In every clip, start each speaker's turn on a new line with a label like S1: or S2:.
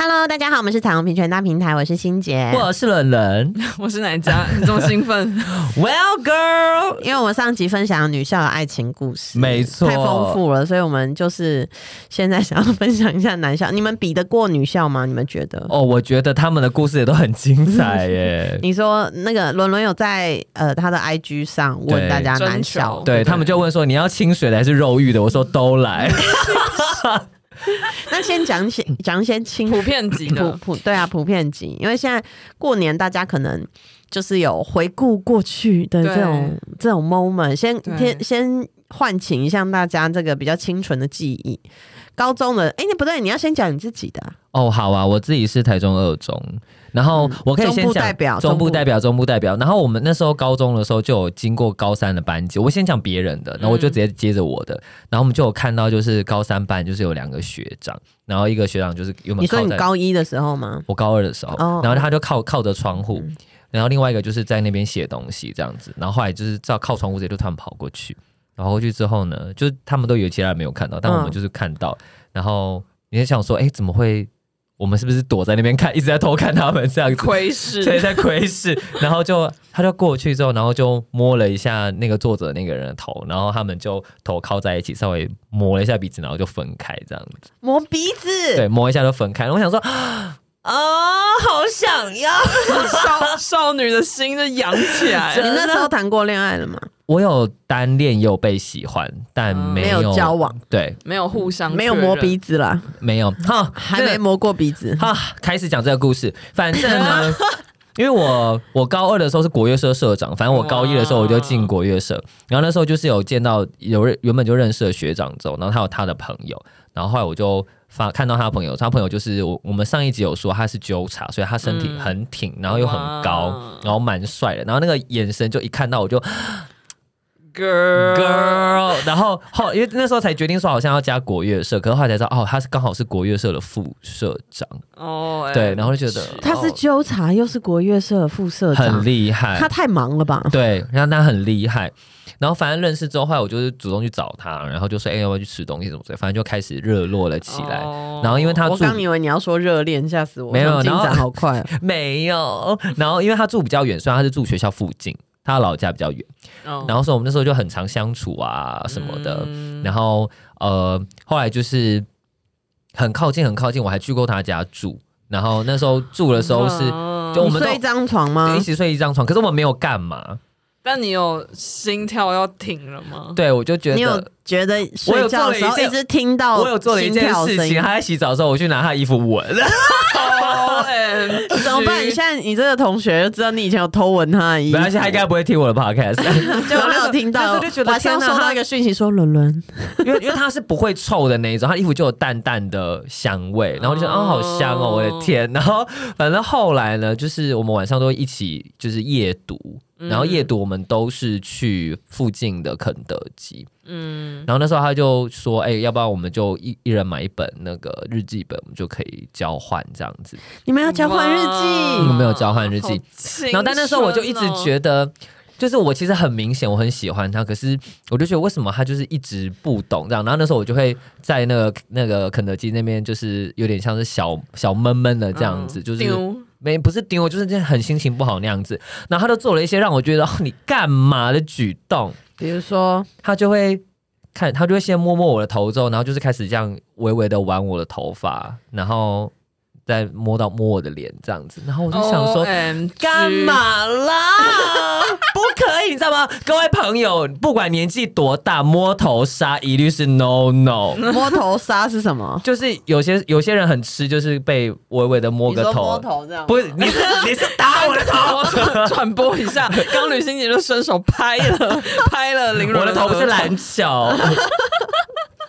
S1: Hello，大家好，我们是彩虹平权大平台，我是欣杰。
S2: 我是冷冷
S3: 我是哪家？你这么兴奋？
S2: ，Well girl，
S1: 因为我们上集分享女校的爱情故事，
S2: 没错
S1: 太丰富了，所以我们就是现在想要分享一下男校。你们比得过女校吗？你们觉得？。
S2: 哦，我觉得他们的故事也都很精彩耶
S1: 你说那个伦伦有在呃他的 IG 上问
S2: 对
S1: 大家
S3: 征
S1: 男
S3: 求
S1: 校，
S2: 对他们就问说你要清水的还是肉欲的，我说都来。
S1: 那先讲先讲先清
S3: 普遍级
S1: 普
S3: 的，
S1: 普对啊，普遍级，因为现在过年大家可能就是有回顾过去的这种这种 moment，先
S3: 对
S1: 先先唤醒一下大家这个比较清纯的记忆。高中的，哎、那不对，你要先讲你自己的啊、
S2: 哦，好啊，我自己是台中二中，然后我可以先
S1: 嗯中部
S2: 讲
S1: 代表
S2: 中
S1: 中部
S2: 部代表，中部代表。然后我们那时候高中的时候就有经过高三的班级，我先讲别人的，然后我
S1: 嗯
S2: 就直接接着我的。然后我们就有看到，就是高三班就是有两个学长，然后一个学长就是有没
S1: 你
S2: 有
S1: 说
S2: 靠
S1: 你
S2: 在
S1: 高一的时候吗？
S2: 我高二的时候，
S1: 哦嗯
S2: 然后他就靠靠着窗户，然后另外一个就是在那边写东西这样子，然后后来就是照靠窗户直接就突然跑过去，然后过去之后呢，就他们都有其他人没有看到，但我们
S1: 嗯
S2: 就是看到，然后你就想说，哎，怎么会？我们是不是躲在那边看，一直在偷看他们这样子？
S3: 窥
S2: 对，
S3: 视。
S2: 在窥视， 然后就他就过去之后，然后就摸了一下那个作者那个人的头，然后他们就头靠在一起，稍微摸了一下鼻子，然后就分开这样子，
S1: 磨鼻子
S2: 对，摸一下就分开。我想说，
S1: 哦，好想要。
S3: 少少女的心就扬起 来
S1: 你
S3: 了。
S1: 那时候谈过恋爱了吗？
S2: 我有单恋，也有被喜欢，但
S3: 嗯
S2: 没有,、
S1: 没有交往，
S2: 对，
S3: 没有互相，
S1: 没有磨鼻
S3: 子。
S1: 子啦，
S2: 没
S3: 嗯
S2: 有哈，
S1: 还没
S2: 这个
S1: 磨过鼻子。
S2: 哈。开始讲这个故事，反正 呢，因为我我高二的时候是国乐社社长，反正我高一的时候我就进国乐社，然后那时候就是有见到有认原本就认识的学长之后，然后他有他的朋友，然后后来我就发看到他的朋友，他朋友就是我我们上一集有说他是纠察，所以他身体
S3: 嗯
S2: 很挺，然后又很高
S3: 哇，
S2: 然后蛮帅的，然后那个眼神就一看到我就
S3: Girl，
S2: girl，然后后因为那时候才决定说好像要加国乐社，可是后来才知道哦，他是刚好是国乐社的副社长，
S3: 哦，哎
S2: 对，然后就觉得
S1: 他是纠察，又是国乐社的副社
S2: 哦
S1: 长
S2: 很，厉害
S1: 他，太忙了吧？
S2: 对，然后他很厉害。然后反正认识之后，后来我就是主动去找他，然后就说哎、要不要去吃东西什么之类，反正就开始热络了起来。
S3: 哦
S2: 然后因为他
S1: 我
S2: 住
S1: 刚以为你要说热恋，吓死我！
S2: 没有
S1: 我想进
S2: 然后
S1: 展好快哦、
S2: 没有，然后因为他住比较远，虽然他是住学校附近，他老家比较远，
S1: 哦
S2: 然后所以我们那时候就很常相处啊什么的。
S3: 哦嗯
S2: 然后呃，后来就是很靠近，很靠近，我还去过他家住。然后那时候住的时候是
S1: 嗯
S3: 哇
S2: 就我
S1: 你
S2: 们都
S1: 睡一张床
S2: 对
S1: 吗
S2: 一？起睡一张床，可是我们没有干嘛。
S3: 但你有心跳要停了 吗？
S2: 对，我就觉
S1: 你有
S2: 得
S1: 觉得睡觉
S2: 我有做
S1: 的时
S2: 了一
S1: 候
S2: 件
S1: 一直听到
S2: 我有做了一件事
S1: 心
S2: 情，
S1: 跳
S2: 他在洗澡的时候，我去拿他衣服闻，
S3: OMG，
S1: 声 音怎么办？你现在你这个同学就知道你以前有偷闻他的衣服，
S2: 没关系，他应该不会听我的 podcast，
S1: 就没有听
S2: 那时
S1: 到。
S2: 候就觉得
S1: 晚上
S2: 天哪
S1: 收到
S2: 他
S1: 一个讯息说伦伦，
S2: 因为因为他是不会臭的那一种，他衣服就有淡淡的香味，然后就觉得哦好香哦，我的天！然后反正后来呢，就是我们晚上都会一起就是夜读，
S1: 嗯
S3: 嗯
S2: 然后夜读我们都是去附近的肯德基，
S3: 嗯，
S2: 然后那时候他就说，哎、要不然我们就一一人买一本那个日记本，我们就可以交换这样子。
S1: 你们要交换日
S3: 哇
S2: 你
S1: 记
S2: 们没有交换日记
S3: 好青春哦
S2: 然后但那时候我就一直觉得。就是我其实很明显我很喜欢他，可是我就觉得为什么他就是一直不懂这样。然后那时候我就会在那个那个肯德基那边，就是有点像是小小闷闷的这样子，
S3: 嗯
S2: 就是
S3: 丢
S2: 没不是丢，就是很心情不好那样子。然后他就做了一些让我觉得、哦、你干嘛的举动，
S1: 比如说
S2: 他就会看，他就会先摸摸我的头之后，然后就是开始这样微微的玩我的头发，然后再摸到摸我的脸这样子，然后我就想
S1: 哦哎
S2: 说。
S3: OMG
S2: 干嘛啦？不可以，你知道吗？各位朋友，不管年纪多大，摸头杀一律是 no no。？
S1: 摸头杀是什么
S2: 就是有些有些人很吃，就是被微微的摸
S1: 你
S2: 个
S1: 说
S2: 头，
S1: 摸头这样吗？
S2: 不是你是你是打我的头，
S3: 我转 转播一下，刚吕 欣姐就伸手拍了拍了林
S2: 我
S3: 伦
S2: 的头不是
S3: 蓝。
S2: 篮球。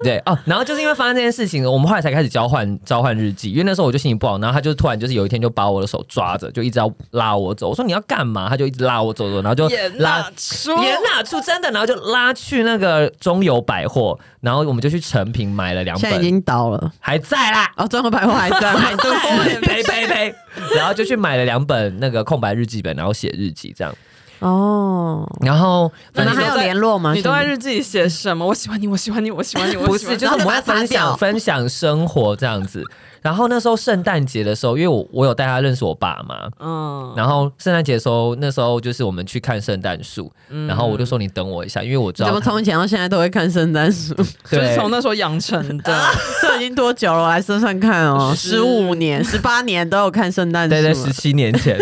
S2: 对哦，然后就是因为发生这件事情，我们后来才开始交换交换日记，因为那时候我就心情不好，然后他就突然就是有一天就把我的手抓着，就一直要拉我走。我说你要干嘛？他就一直拉我走走，然后就
S3: 演
S2: 拉
S3: 哪出？
S2: 演哪出真的，然后就拉去那个中友百货，然后我们就去成品买了两
S1: 现在已
S2: 本，
S1: 经倒了，
S2: 还在啦。
S1: 哦，中国百货还 在
S2: 买东西
S3: 在
S2: 呸呸呸，然后就去买了两本那个空白日记本，然后写日记这样。
S1: 哦。
S2: 然后
S1: 你
S2: 反
S1: 们
S2: 正
S1: 还有
S3: 在
S1: 联络吗？
S3: 你都在
S1: 现
S3: 日记里写什么？我喜欢你，我喜欢你，我喜欢你，我
S2: 不
S3: 喜
S2: 是，
S3: 欢你
S2: 就是我们会分
S1: 然后就把它擦掉
S2: 享分享生活这样子。然后那时候圣诞节的时候，因为我我有带他认识我爸妈，
S3: 嗯，
S2: 然后圣诞节的时候，那时候就是我们去看圣诞树，
S3: 嗯
S2: 然后我就说你等我一下，因为我知
S1: 在怎
S2: 道
S1: 么从以前到现在都会看圣诞 树？
S3: 就是
S2: 对啊
S3: 从那时候养成的。
S1: 这已经多久了？我来算算看哦，
S3: 十
S1: 十五年、十八年都有看圣诞树
S2: 对
S1: 了。
S2: 对十七年 前。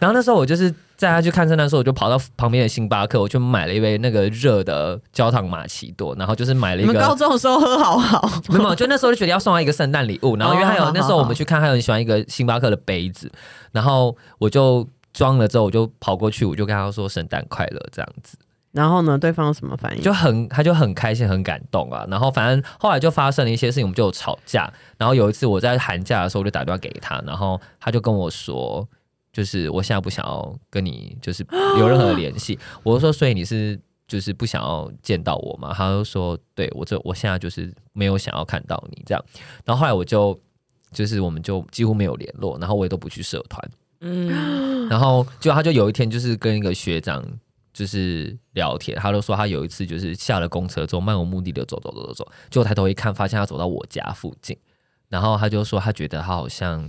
S2: 然后那时候我就是带他去看圣诞树，我就跑到旁边的星巴克，我就买了一杯那个热的焦糖玛奇朵，然后就是买了
S1: 你
S2: 一
S1: 们高
S2: 个。
S1: 中的时候喝好好，
S2: 没有，就那时候就觉得要送他一个圣诞礼物，然后因为他有、
S1: 哦好好
S2: 那时候我们去看，他有很喜欢一个星巴克的杯子，然后我就装了之后，我就跑过去，我就跟他说圣诞快乐这样子，
S1: 然后呢，对方有什么反应？
S2: 就很他就很开心很感动啊，然后反正后来就发生了一些事情，我们就有吵架，然后有一次我在寒假的时候我就打电话给他，然后他就跟我说。就是我现在不想要跟你就是有任何联 系，我就说，所以你是就是不想要见到我嘛？他就说，对我这我现在就是没有想要看到你这样。然后后来我就就是我们就几乎没有联络，然后我也都不去社团，
S3: 嗯，
S2: 然后就他就有一天就是跟一个学长就是聊天，他就说他有一次就是下了公车之后漫无目的的走走走走走，就抬头一看，发现他走到我家附近，然后他就说他觉得他好像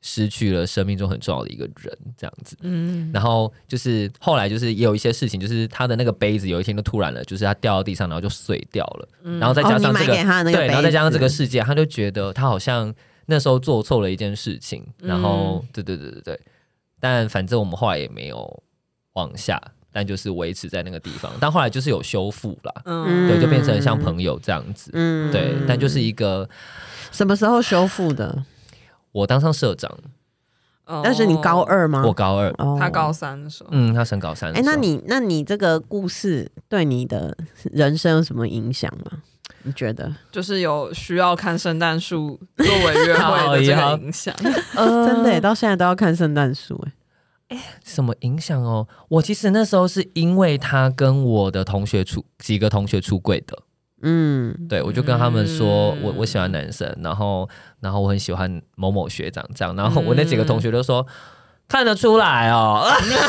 S2: 失去了生命中很重要的一个人这样子。
S3: 嗯，
S2: 然后就是后来就是也有一些事情，就是他的那个杯子有一天就突然了，就是他掉到地上，然后就碎掉了，然后再加上
S1: 哦你
S2: 这
S1: 买
S2: 个、
S1: 给他的那个
S2: 对，然后再加上这个
S1: 杯子
S2: 事件，他就觉得他好像那时候做错了一件事情，然后、
S1: 嗯
S2: 对对对对对，但反正我们后来也没有往下，但就是维持在那个地方，但后来就是有修复啦，
S3: 嗯，
S2: 对，就变成像朋友这样子，
S1: 嗯
S2: 对，但就是一个
S1: 什么时候修复的？
S2: 我当上社长，
S3: 哦
S1: 但是你高，二吗？
S2: 我高二，
S1: 哦
S3: 他高三的时候，
S2: 嗯，他升高三的
S1: 哎、
S2: 时候，
S1: 那你那你这个故事对你的人生有什么影响吗？你觉得？
S3: 就是有需要看圣诞树作为约会的这个 影响。
S2: 呃
S1: 真的耶、到现在都要看圣诞树哎。
S2: 什么影响哦？我其实那时候是因为他跟我的同学出几个同学出柜的，
S1: 嗯，
S2: 对我就跟他们说、
S3: 嗯
S2: 我我喜欢男生，然后然后我很喜欢某某学长这样，然后我那几个
S3: 嗯
S2: 同学就说。看得出来哦，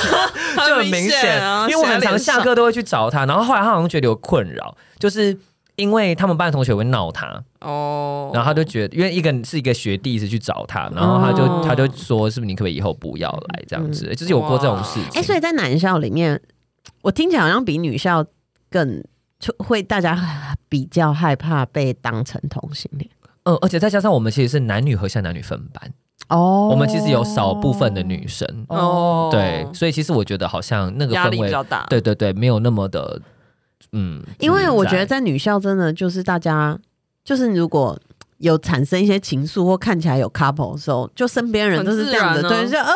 S2: 就很明显，
S3: 啊，
S2: 因为我很常
S3: 写在
S2: 下
S3: 脸上
S2: 课都会去找他，然后后来他好像觉得有困扰，就是因为他们班的同学会闹他，
S3: 哦，
S2: 然后他就觉得，因为一个是一个学弟一直去找他，然后他就、
S3: 哦嗯
S2: 他就说，是不是你可不可以以后不要来这样子？就是有过这种事情。
S1: 哎、所以在男校里面，我听起来好像比女校更就会大家 比较害怕被当成同性恋
S2: 嗯，而且再加上我们其实是男女和现男女分班，
S1: 哦
S2: 我们其实有少部分的女生，
S3: 哦，
S2: 对，所以其实我觉得好像那个
S3: 压
S2: 氛
S3: 力比
S2: 围，
S3: 较大，
S2: 对对对，没有那么的，嗯，
S1: 因为我觉得
S2: 自在
S1: 在女校真的就是大家，就是如果有产生一些情愫或看起来有 couple 的时候，就身边人都是这样的，
S3: 很自然啊
S1: 对，就哦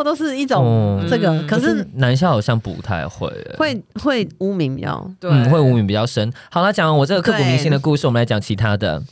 S1: 哦，都是一种
S2: 嗯
S1: 这个。
S3: 嗯
S1: 可是
S2: 男校好像不太会，
S1: 会会污名比较，
S3: 对，
S2: 嗯，会无名比较深。好了，讲完我这个刻骨铭心的故事，我们来讲其他的。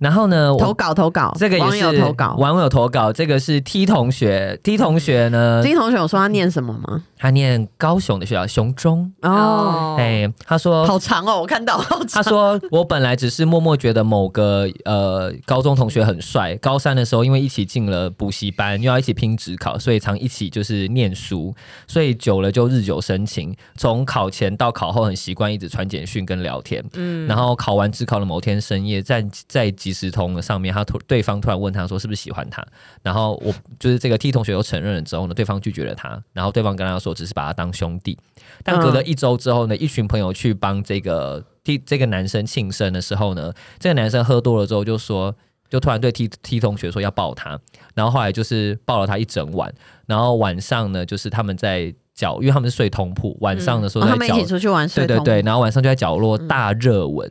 S2: 然后呢，
S1: 投
S2: 我
S1: 稿投稿，
S2: 这个也
S1: 网
S2: 是
S1: 友投稿。
S2: 网友投稿，这个是 T 同学，T 同学呢，
S1: 金同学有说他念什么吗？
S2: 他念高雄的学校雄中，
S1: 哦，
S2: 哎、他说
S1: 好长哦，我看到好
S2: 他
S1: 长。
S2: 说：“我本来只是默默觉得某个呃高中同学很帅，高三的时候因为一起进了补习班，又要一起拼职考，所以常一起就是念书，所以久了就日久生情。从考前到考后很习惯一直传简讯跟聊天。
S3: 嗯
S2: 然后考完职考的某天深夜，在在即时通的上面，他突对方突然问他说是不是喜欢他，然后我就是这个 T 同学又承认了之后呢，对方拒绝了他，然后对方跟他说只是把他当兄弟，但隔了一周之后呢，一群朋友去帮这
S1: 嗯
S2: 个 T 这个男生庆生的时候呢，这个男生喝多了之后就说。就突然对 T T 同学说要抱他，然后后来就是抱了他一整晚，然后晚上呢，就是他们在角，因为他们是睡同铺，晚上的时候
S1: 哦
S2: 在
S1: 他们一
S2: 角，
S1: 起出去玩，
S2: 对对对，，然后晚上就在角
S1: 嗯
S2: 落大热吻，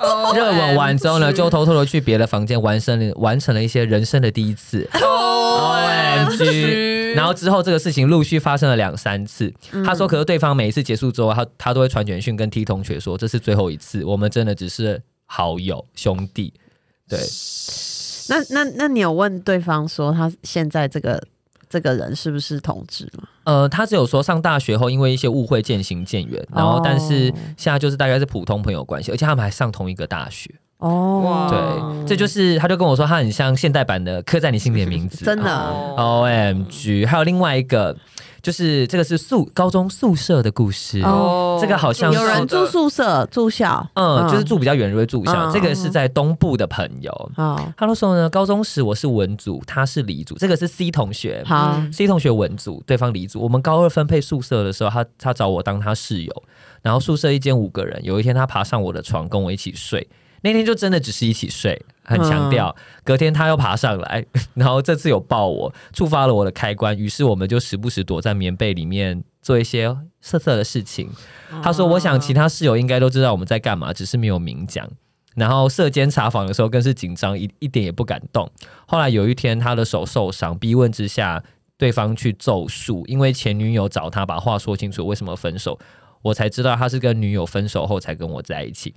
S1: 哦
S2: 热
S1: 哎
S2: 吻完之后呢，就偷偷的去别的房间完成了完成了一些人生的第一次。OMG
S3: 哦
S1: 嗯
S2: 然后之后这个事情陆续发生了两三次。他说，可是对方每一次结束之后，他他都会传简讯跟 T 同学说，这是最后一次，我们真的只是好友、兄弟。对，
S1: 那那那你有问对方说他现在这个这个人是不是同志吗？
S2: 呃，他只有说上大学后因为一些误会渐行渐远，然后但是
S1: 哦
S2: 现在就是大概是普通朋友关系，而且他们还上同一个大学。
S1: 哦
S3: 哇，
S2: 对，这就是他就跟我说，他很像现代版的刻在你心里的名字，
S1: 真的
S2: O M G，还有另外一个，就是这个是宿高中宿舍的故事，
S1: 哦
S2: 这个好像
S1: 有人住宿舍住校，
S2: 嗯，就是住比较远的会住校，
S1: 嗯
S2: 这个是在东部的朋友。
S1: 好
S2: 他都说呢，高中时我是文组，他是理组，这个是 C 同学
S1: 好
S3: 嗯
S2: ，C 同学文组，对方理组。我们高二分配宿舍的时候，他他找我当他室友，然后宿舍一间五个人，有一天他爬上我的床跟我一起睡。那天就真的只是一起睡，很强调。隔天他又爬上来，然后这次有抱我，触发了我的开关，于是我们就时不时躲在棉被里面做一些色色的事情。他说：“我想其他室友应该都知道我们在干嘛，只是没有明讲。”然后射监查访的时候更是紧张一一点也不敢动。后来有一天他的手受伤，逼问之下，对方去咒术，因为前女友找他把话说清楚为什么分手，我才知道他是跟女友分手后才跟我在一起。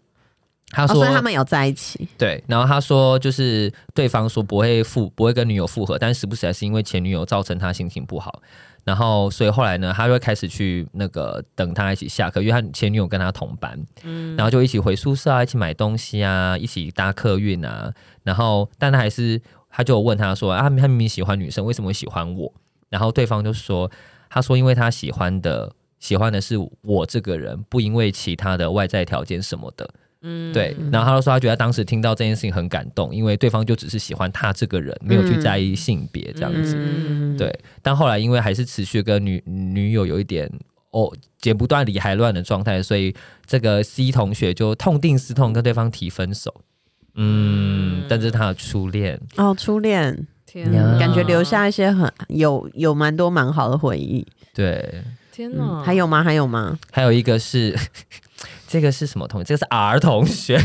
S2: 他
S1: 哦
S2: 说、
S1: 所以他们有在一起，
S2: 对，然后他说就是对方说不会复不会跟女友复合，但时不时还是因为前女友造成他心情不好，然后所以后来呢，他就会开始去那个等他一起下课，因为他前女友跟他同班，然后就一起回宿舍啊，一起买东西啊，一起搭客运啊，然后但他还是他就有问他说啊，他明明喜欢女生，为什么会喜欢我？然后对方就说，他说因为他喜欢的喜欢的是我这个人，不因为其他的外在条件什么的。
S3: 嗯
S2: 对，然后他就说他觉得他当时听到这件事情很感动，因为对方就只是喜欢他这个人，没有
S3: 嗯
S2: 去在意性别这样子。
S1: 嗯，
S2: 对，但后来因为还是持续跟女女友有一点哦剪不断理还乱的状态，所以这个 C 同学就痛定思痛跟对方提分手。嗯，但这是他的初恋，
S1: 哦，初恋
S3: 天
S2: 呀
S3: 哪，
S1: 嗯感觉留下一些很有有蛮多蛮好的回忆，
S2: 对，
S3: 天
S1: 嗯，
S3: 哪，
S1: 还有吗？还有吗？
S2: 还有一个是 这个是什么同学？这个是 R 同学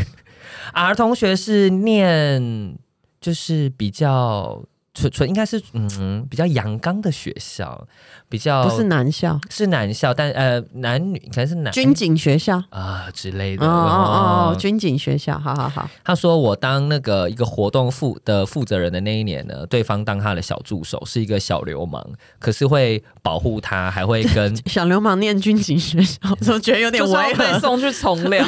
S2: ，R 同学是念就是比较纯纯应该是嗯比较阳刚的学校，比较
S1: 不是男校，
S2: 是哦男校，但呃男女可能是男
S1: 军警学校。
S2: 啊、之类
S1: 哦
S2: 的。
S1: 哦哦，
S2: 哦
S1: 军警学校，好好好，
S2: 他说我当那个一个活动负的负责人的那一年呢，对方当他的小助手，是一个小流氓，可是会保护他，还会跟
S1: 小流氓念军警学校， 我总觉得有点
S3: 就是
S1: 违
S3: 要被
S1: 和。
S3: 送去从 良，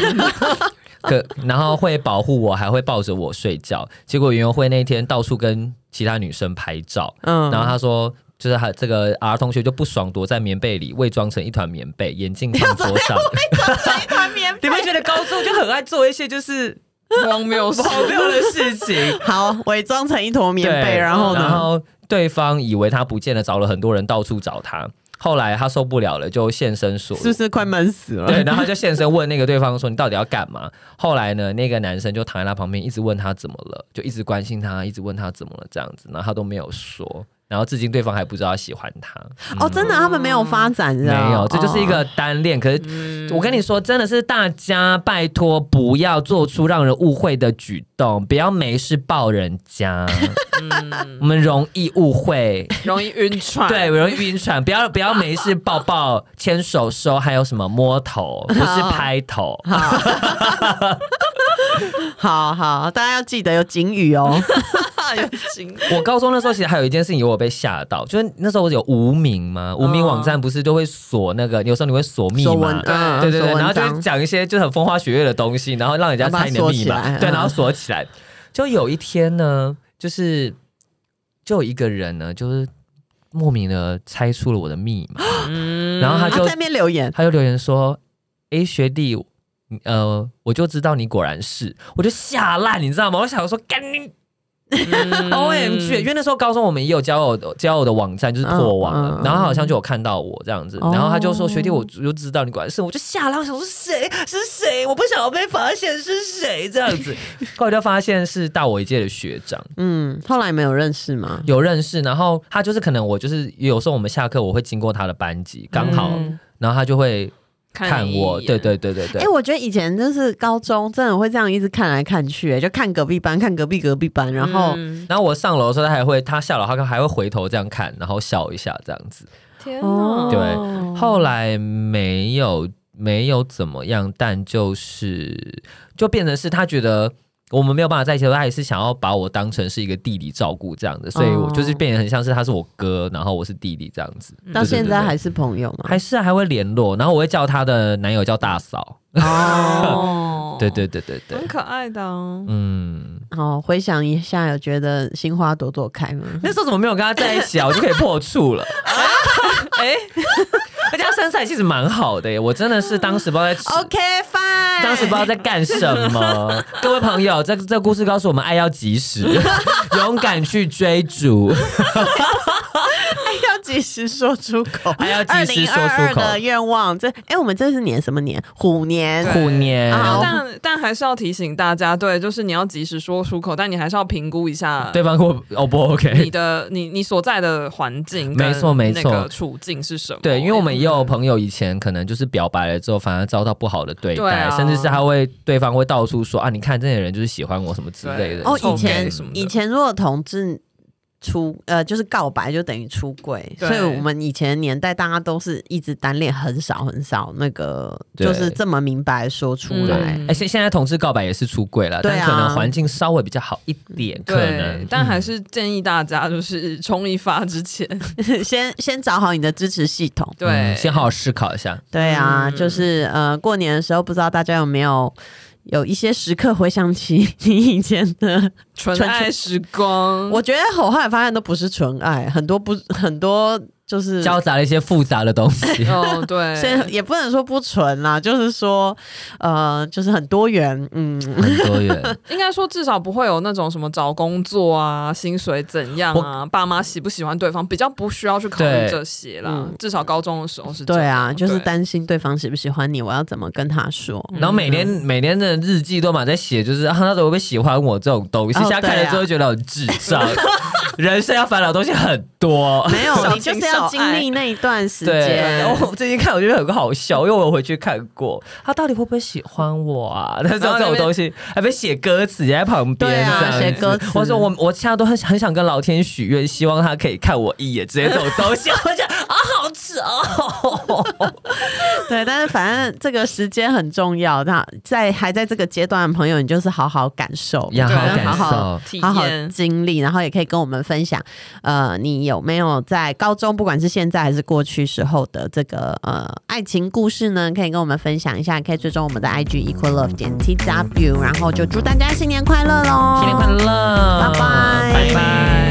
S2: 可 然后会保护我，还会抱着我睡觉。结果园游会那天到处跟其他女生拍照，
S1: 嗯
S2: 然后他说。就是他这个 R 同学就不爽，躲在棉被里伪装成一团棉被，眼镜放桌 上。
S3: 一团棉
S2: 你们觉得高中就很爱做一些就是
S3: 荒谬死，
S2: 荒谬的事 情？
S1: 好，伪装成一坨棉被，
S2: 对
S1: 然后
S2: 然
S1: 呢？
S2: 后对方以为他不见了，找了很多人到处找他。后来他受不了了，就现身所
S1: 是不是快闷死了？
S2: 对，然后他就现身问那个对方说：“你到底要干嘛？”后来呢，那个男生就躺在他旁边，一直问他怎么了，就一直关心他，一直问他怎么了这样子，然后他都没有说，然后至今对方还不知道他喜欢他。
S1: 哦，真的，他们没有发展，是吧
S2: 没有，这就是一个
S1: 哦
S2: 单恋。可是我跟你说，真的是大家拜托不要做出让人误会的举动，不要没事抱人家， 我们容易误会，
S3: 容易晕船，
S2: 对， 容易晕船。不要不要没事抱抱、牵手、手，还有什么摸头，不是
S1: 好
S2: 拍头。
S1: 好好，大家要记得有警语哦。
S3: 有经
S2: 我高中那时候其实还有一件事情，我有被吓到，就是那时候我有无名嘛，无名网站不是就会锁那个，有时候你会锁 密
S1: 说
S2: 码
S1: 文，，嗯，
S2: 对对对，
S1: 说
S2: 然后
S1: 文
S2: 就
S1: 章
S2: 会讲一些就是很风花雪月的东西，然后让人家猜你的密
S1: 然后把它
S2: 码，
S1: 锁起来
S2: 对，
S1: 嗯
S2: 然后锁起来。就有一天呢，就是就有一个人呢，就是莫名的猜出了我的密码，
S3: 嗯
S2: 然后他
S1: 啊
S2: 就
S1: 在那边留言，
S2: 他就留言说：“诶，学弟，你呃，我就知道你果然是。”我就吓烂，你知道吗？我想说干你
S1: 嗯
S2: O M G！因为那时候高中我们也有交友交友的网站，就是破网了
S1: 嗯，嗯
S2: 然后他好像就有看到我这样子，
S1: 哦
S2: 然后他就说：“学弟，我就知道你果然是。”我就吓烂，我想说谁是谁？我不想要被发现是谁这样 子。后来就发现是大我一届的学长。
S1: 嗯，后来没有认识吗？
S2: 有认识，然后他就是可能我就是有时候我们下课我会经过他的班级，刚好，
S3: 嗯
S2: 然后他就会看
S3: 你一
S2: 我，
S3: 眼
S2: 对对对对对
S1: 哎、。我觉得以前就是高中真的会这样一直看来看去、就看隔壁班，看隔壁隔壁班，然后、
S3: 嗯
S2: 然后我上楼的时候，他还会，他下楼他还会回头这样
S3: 嗯
S2: 看，然后笑一下这样子。
S3: 天
S1: 哦
S3: 哪，
S2: 对后来没有没有怎么样，但就是就变成是他觉得。我们没有办法在一起，他也是想要把我当成是一个弟弟照顾这样的，所以我就是变得很像是他是我哥，然后我是弟弟这样
S3: 嗯
S2: 子。
S1: 到现在还
S2: 是
S1: 是朋友吗？
S2: 还是还会联络，然后我会叫他的男友叫大嫂。
S1: 哦，哦
S3: 哦
S2: 对，对对对对
S3: 很，可爱的啊。
S2: 嗯，
S1: 好，回想一下，有觉得心花朵朵开吗？
S2: 那时候怎么没有跟他在一起啊？我就可以破处了，
S3: 哎，
S2: 而且他身材其实蛮好的耶，我真的是当时不知道在吃
S1: OK fine，
S2: 当时不知道在干什么。各位朋友，这这故事告诉我们，爱要及时，勇敢去追逐。
S1: 要及时说出口，
S2: 还要及时说出口
S1: 2022的愿望。这哎、我们这是年什么年？虎年。
S3: 对啊
S2: 虎年，
S1: 好
S3: 但但还是要提醒大家，对，就是你要及时说出口，但你还是要评估一下
S2: 对方过 O 不 OK？
S3: 你的你你所在的环境跟
S2: 没错没错
S3: 那个处境是什么？
S2: 对，因为我们也有朋友以前可能就是表白了之后，反而遭到不好的对
S3: 对
S2: 待，
S3: 啊
S2: 甚至是他会对方会到处说啊，你看这些人就是喜欢我什么之类的。
S3: 对
S1: 哦，
S2: 臭
S1: 以前
S2: 美
S3: OK 什么的
S1: 以前如果同志出呃就是告白就等于出柜，
S3: 对
S1: 所以我们以前年代大家都是一直单恋，很少很少那个
S2: 对
S1: 就是这么明白说出
S2: 对，
S1: 来。
S2: 哎，现现在同志告白也是出柜了，
S1: 嗯对啊
S2: 但可能环境稍微比较好一点，可
S3: 对
S2: 能，，
S3: 但还
S2: 嗯
S3: 是建议大家就是冲一发之前，
S1: 先先找好你的支持系统。
S3: 对，
S2: 嗯先好好思考一下。
S1: 对啊，
S3: 嗯
S1: 就是呃，过年的时候不知道大家有没有。有一些时刻回想起你以前的，
S3: 纯
S1: 纯
S3: 爱时光。，
S1: 我觉得我后来发现都不是纯爱，很多不很多就是
S2: 交杂了一些复杂的东西
S3: 哦， 对，
S1: 所以也不能说不纯啦，就是说，呃，就是很多元，嗯，
S2: 很多元。
S3: 应该说至少不会有那种什么找工作啊、薪水怎样啊、爸妈喜不喜欢对方，比较不需要去考虑
S2: 对
S3: 这些啦。
S1: 嗯
S3: 至少高中的时候是这
S1: 对
S3: 样
S1: 啊，就是
S3: 对
S1: 担心对方喜不喜欢你，我要怎么跟他说？
S2: 然后每天
S1: 嗯
S2: 每天的日记都满在写，就是啊，他怎么会喜欢我这种东西？
S1: 哦啊
S2: 现在看了之后觉得很智障，人生要烦恼的东西很多。
S1: 没有，
S3: 小
S1: 你就是
S3: 情
S1: 要
S3: 小
S1: 经
S3: 爱
S1: 历那一段时
S2: 对，然
S1: 间。
S2: 后我最近看我觉得很好笑，因为我回去看过，他到底会不会喜欢我啊？但是这种东西还被写歌词也在旁边，
S1: 哦对啊，
S2: 这样
S1: 写歌词，
S2: 我说我我现在都很很想跟老天许愿，希望他可以看我一眼，之类这种东西， 我觉得啊好扯哦。
S1: 对，但是反正这个时间很重要。那在还在这个阶段的朋友，你就是好好感受，
S2: 要
S3: 好好感
S1: 好好
S2: 受
S3: 体
S1: 好好
S3: 验
S1: 经历，然后也可以跟我们分享，呃，你有没有在高中，不管是现在还是过去时候的这个呃爱情故事呢？可以跟我们分享一下，可以追踪我们的 IG equal love 点 tw，然后就祝大家新年快乐喽！
S2: 新年快乐，
S1: 哦拜
S2: 拜
S1: 拜
S2: 拜。